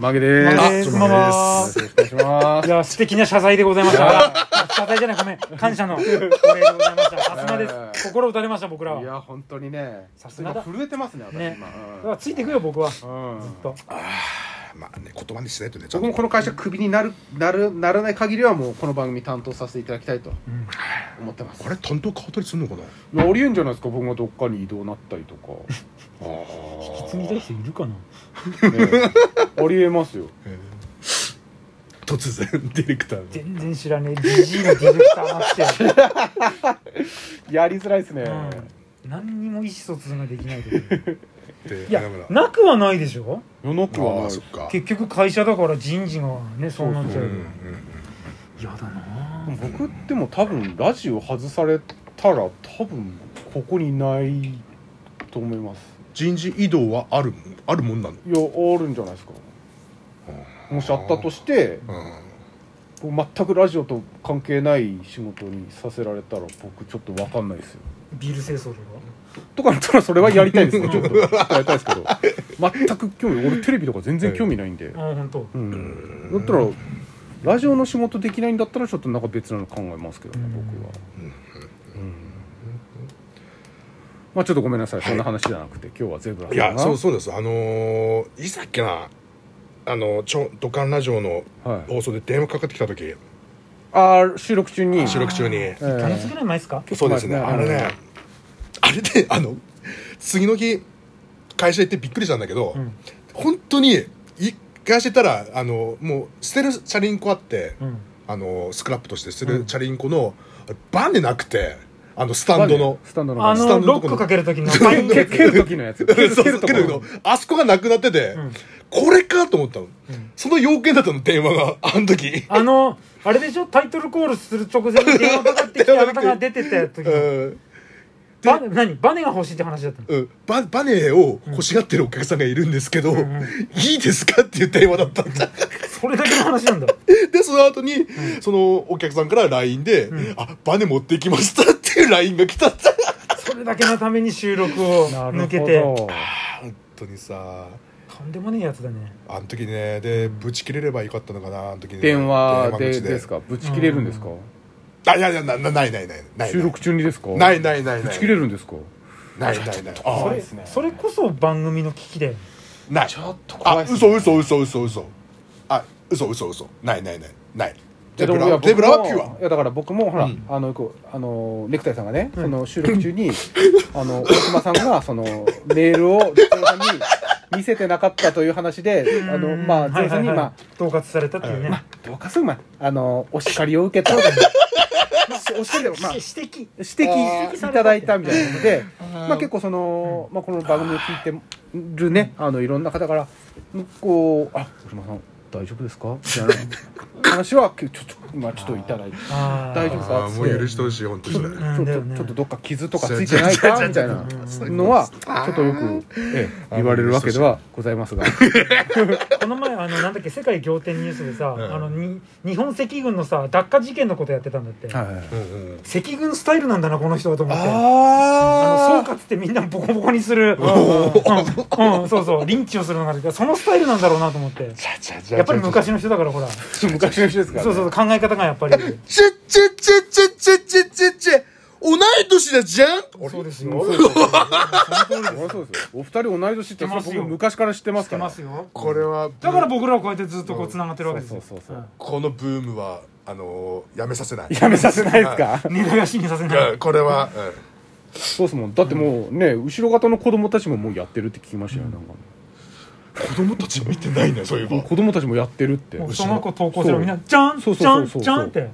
マゲでマゲー。ですすマゲです。よろしくお願いいしまや、素敵な謝罪でございました。謝罪じゃない、ごめん。感謝のお礼でございました。さすがではいす。心打たれました、僕らす。いは。や、本当にね、さすがだ震えてますね、私ね今。だからついてくよ、僕は。ずっうんうんと。まあね言葉にしないとねちゃん僕ともこの会社クビになる、なる、ならない限りはもうこの番組担当させていただきたいと思ってます。あれ担当変わったりするのかな乗りえんじゃないですか、僕がどっかに移動なったりと か。あー引き継ぎたい人いるかなねえありえますよ。えー突然ディレクターが全然知らねえ。ジジイのディレクターなって。やりづらいですね。 うん何にも意思疎通ができないというでいやだからなくはないでしょ世の中あはあなそいっ。か結局会社だから人事がねそうなっちゃううんうよん嫌だなぁ僕でも多分ラジオ外されたら多分ここにいないと思います人事異動はあるもんあるもんなのいやあるんじゃないですかもしあったとしてうん僕全くラジオと関係ない仕事にさせられたら僕ちょっと分かんないですよビール清掃とかとかだったらそれはやりたいです ねちょっとやりたいですけど全く興味俺テレビとか全然興味ないんで、ああ本当。うん、だったらラジオの仕事できないんだったらちょっとなんか別なの考えますけどね僕は、うんまあちょっとごめんなさいそんな話じゃなくて、今日はゼブラさんいやがそうそうですあのーいつだっけなあのちょ土管ラジオのはい、放送で電話かかってきた時あー収録中に収録中にえ1ヶ月ーぐらい前ですかそうですねまああれねあれであの次の日会社行ってびっくりしたんだけど、うん本当にい会社行ったらあのもう捨てるチャリンコあって、うんあのスクラップとして捨てるチャリンコの、バネなくてあのスタンドのスタンドのあスのタンドロのとこックかける時 のバン蹴る時のやつ蹴るそう蹴るそうとけこれどあそこがなくなってて、うんこれかと思ったの、んその要件だったの電話があの時あのあれでしょタイトルコールする直前に電話か かってきてあなたが出てった時うのバんネ何バネが欲しいって話だったのうんババネを欲しがってるお客さんがいるんですけど、んうんいいですかっていう電話だったんだそれだけの話なんだでその後に、そのお客さんから LINE で、あバネ持ってきましたっていう LINE が来たんだそれだけのために収録をな抜るけほてど本当にさとんでもねえやつだねあの時ねでぶち切れればよかったのかなあの時ね電話で口ですかぶち切れるんですかあいやいやななないないないない収録中にですかないないないぶないち切れるんですかないないないあそ怖いれですねそれこそ番組の危機だよないちょっと怖あいです嘘ね嘘嘘嘘嘘あ嘘嘘嘘ないないないないゼブいやでもいやラ僕もゼブラはピュいやだから僕もほら、うんあのこうあのネクタイさんがね、その収録中に あの大島さんがそのメールを上さんに見せてなかったという話で、あのまあは上い手はいにはいま統括されたっていうね、あどうかすんまああのお叱りを受け たとかまあお叱りでもまあ指摘指摘いただいたみたいなので、まあ結構その、まあこの番組を聞いてるね、あのいろんな方から、こう、あ、小島さん、大丈夫ですかみたいな話は、ちょっと、まあちょっといただいて、あー大丈夫ーですかあーもう許してほしい本当それうんちょっだとよねちょっとどっか傷とかついてないかみたいなのは、ちょっとよく、ええ、言われるわけではございますが、この前あのなんだっけ世界仰天ニュースでさ、んあのに日本赤軍のさ脱火事件のことやってたんだって、うんうん赤軍スタイルなんだなこの人はと思ってあのあ総括ってみんなボコボコにす る、ーうんうん、そうそうリンチをするのがそのスタイルなんだろうなと思ってちゃちゃちゃちゃやっぱり昔の人だからほらそ昔の人ですから、うそう考え方がやっぱりちゃちゃちゃちゃちゃちゃちゃちゃ同い年だじゃんそうですよそう知ですよそりゃそうですよお二人同い年って知ってますよ僕昔から知ってますってからますよこれはだから僕らはこうやってずっとこう繋がってるわけですよそうそうそうそうこのブームはあのーやめさせないやめさせないですかうん根絶やしにさせないうんこれはうんそうですもんだってもうね後ろ方の子供たちももうやってるって聞きましたよなんか子供たち見てないねそういえば子供たちもやってるってもうその子投稿するみんなじゃんじそうそうゃそうんそうじゃんって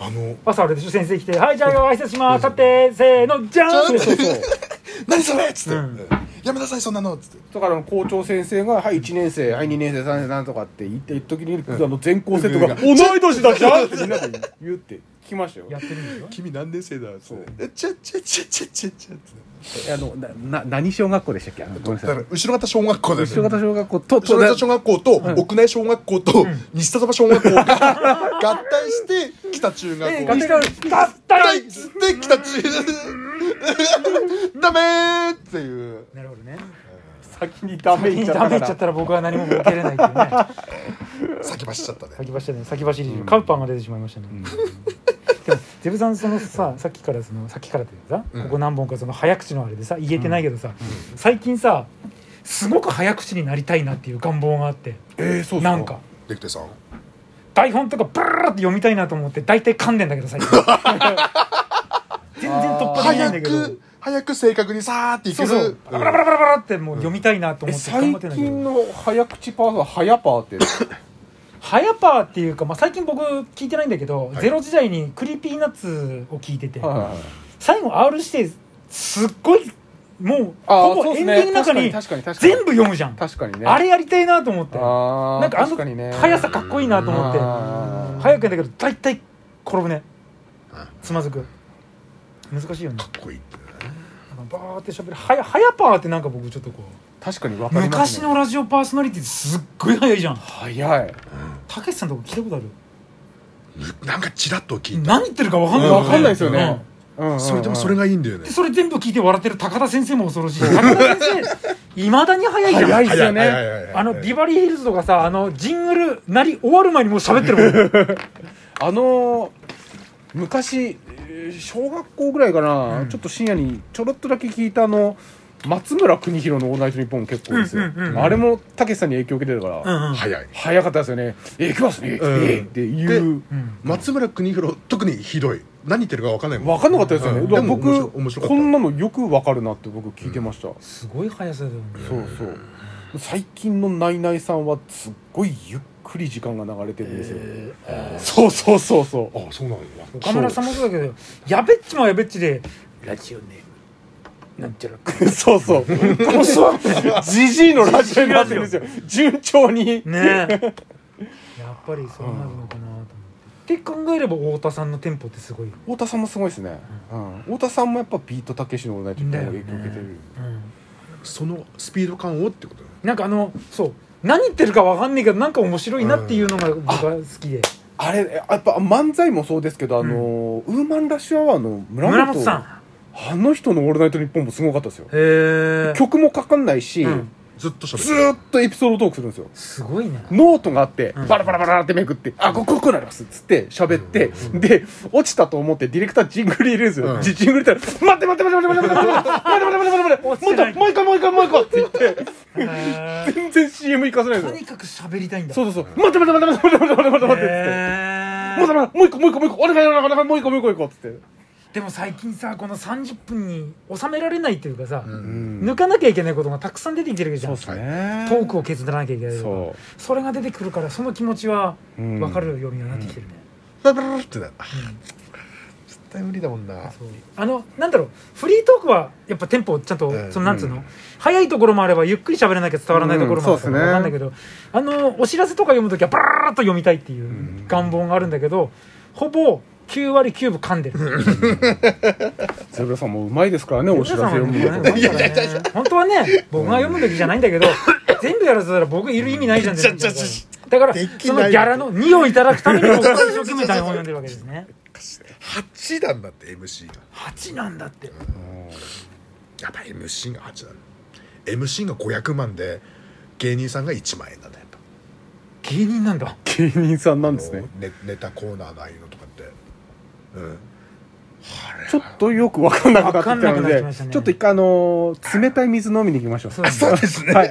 あの朝あれでしょ先生来て「はいじゃあ挨拶します立ってせーのじゃん!」そうそうそう何それっつって、うんうんやめなさいそんなのっつってだから校長先生が「はい1年生はい2年生3年生なんとか」って言って言った時に、あの全校生徒が「同い年だじゃん!」ってみんなで言うって聞きましたよやってるんでしょ君何年生だっつそうってちゃちゃちゃちゃちゃちゃっつってあのなな何小学校でしたっけあのごめんなださかいら後ろ方小学校だよね後ろ方小学校と後ろ方と小学校と屋内小学校と西田小学校が 合体して北中学校合に体だったら合体っつって北中 ダメーっていうなるほどね先にダメいっちゃっダたメかいっちゃっらたら僕は何も受けれないっていうね先走っちゃったね先走り先走り中カウパンが出てしまいましたね、 でもゼブさんそのささっきからそのさっきからっていうかさ、うんここ何本かその早口のあれでさ言えてないけどさ、最近さすごく早口になりたいなっていう願望があってえー、そうっすなんかレクテさん台本とかブルーって読みたいなと思って大体噛んでんだけど最近全然突破できないんだ早けどく早く正確にさーっていけそうるそううんバラバラバラバラってもう読みたいなとえ思って頑最張ってんだけど、近の早口パーソは早パーってハヤパーっていうか、まあ、最近僕聞いてないんだけど、はいゼロ時代にクリーピーナッツを聞いてて、はい最後 R してすっごいもうあーほそうぼっエすンねディングの中に確かに確かに全部読むじゃん、確かにねあれやりたいなと思ってあーなんかあの確にね速さかっこいいなと思ってあー早くやんだけど大体転ぶねうんつまずく難しいよねかっこいいなんかバーって喋るはやはやパーってなんか僕ちょっとこう確かに分かります昔ねのラジオパーソナリティすっごい早いじゃん早いたけしさんとか聞いたことあるなんかチラッと聞いた何言ってるかわかんないうんわかんないですよねうんうんうんうんそれでもそれがいいんだよねでそれ全部聞いて笑ってる高田先生も恐ろしい高田先生いまだに早いじゃん早いですよね早い早い早いあのビバリーヒルズとかさあのジングルなり終わる前 にもう喋ってるもんあのー昔えー小学校ぐらいかな、うんちょっと深夜にちょろっとだけ聞いたあの松村邦洋の「オールナイトニッポン」結構ですよ、うんうんうんあれもたけしさんに影響を受けてたから、うんうん早い早かったですよね「え行きますね」えうんーっていううん松村邦洋特にひどい何言ってるか分かんないもん分かんなかったですよね、うんだからでも面白僕面白かったこんなのよく分かるなって僕聞いてました、すごい速さだよねそうそう最近のナイナイさんはすっごいゆっくり時間が流れてるんですよ、そうそうそうそうあそうなの岡村さんもそうだけどやべっちもやべっちでラジオネームなんちゃらくそうそう。じじいのラジオになってるんですよ。順調に。ねえやっぱりそうなるのかなと思って、って考えれば太田さんのテンポってすごいよ太田さんもすごいですね。うん。太田さんもやっぱビートたけしのオールナイトニッポンの影響を受けてる。うんそのスピード感をってことだよなんかあのそう何言ってるかわかんないけどなんか面白いなっていうのが僕は好きで、あれ、やっぱ漫才もそうですけど、あのー、ウーマンラッシュアワーの村村本本さんあの人のオールナイトニッポンもすごかったですよ。へえ曲もかかんないし、うんずっと喋ずるーっとエピソードトークするんですよ。すご いねノートがあってうん、バラバラバラってめくって、あ、ここ、ここなりますっつって喋って、で、落ちたと思ってディレクタージングル入れるんですうよ。んジジングル入れたら、待って待って待って待って待って待って待って待って待って待って待って待って待って待ってもう一回もう一回もう一回もう一回って言って、と全然 CM 行かせないんですよ。にかく喋りたいんだそううそうそう、待って待って待って待って待って待って待って待ってって。もうへだえめだ、もう一個もう一個もう一個、お願いお願いお願いもう一個もう一個もう一個っつって。でも最近さこの30分に収められないというかさ、ん抜かなきゃいけないことがたくさん出てきてるじゃそうんっすね。トークを削らなきゃいけないとかそそれが出てくるからその気持ちはう。うん分か。るようにはなってきてるね、バラバラバラってなあうん絶対無理だもんなそうあのなんだろうフリートークはやっぱテンポをちゃんと、ええそのなんつうの、早いところもあればゆっくり喋らなきゃ伝わらないところもあるかうんそうっすねら分かんないけど、あのお知らせとか読むときはバーッと読みたいっていう願望があるんだけど、ほぼ9割9分噛んで るゼブラさんもうまいですからね、お知らせ読む皆さんのはとね。本当はね僕が読むべきじゃないんだけど、全部やらせたら僕いる意味ないじゃんってなっちゃうからちょだからできないそのギャラの2をいただくために僕は一生懸命台本を読んでるわけですね8なんだって MC が8なんだってやっぱ MC が8だ MC が500万で芸人さんが1万円なんだやっぱ芸人なんだ芸人さんなんですね。ネネタコーナーのああいうのとかってうんちょっとよくわかんなくなってきたわかんなくのなってで、きましたねちょっと一回あのー冷たい水飲みに行きましょう。そうあそうですねはい。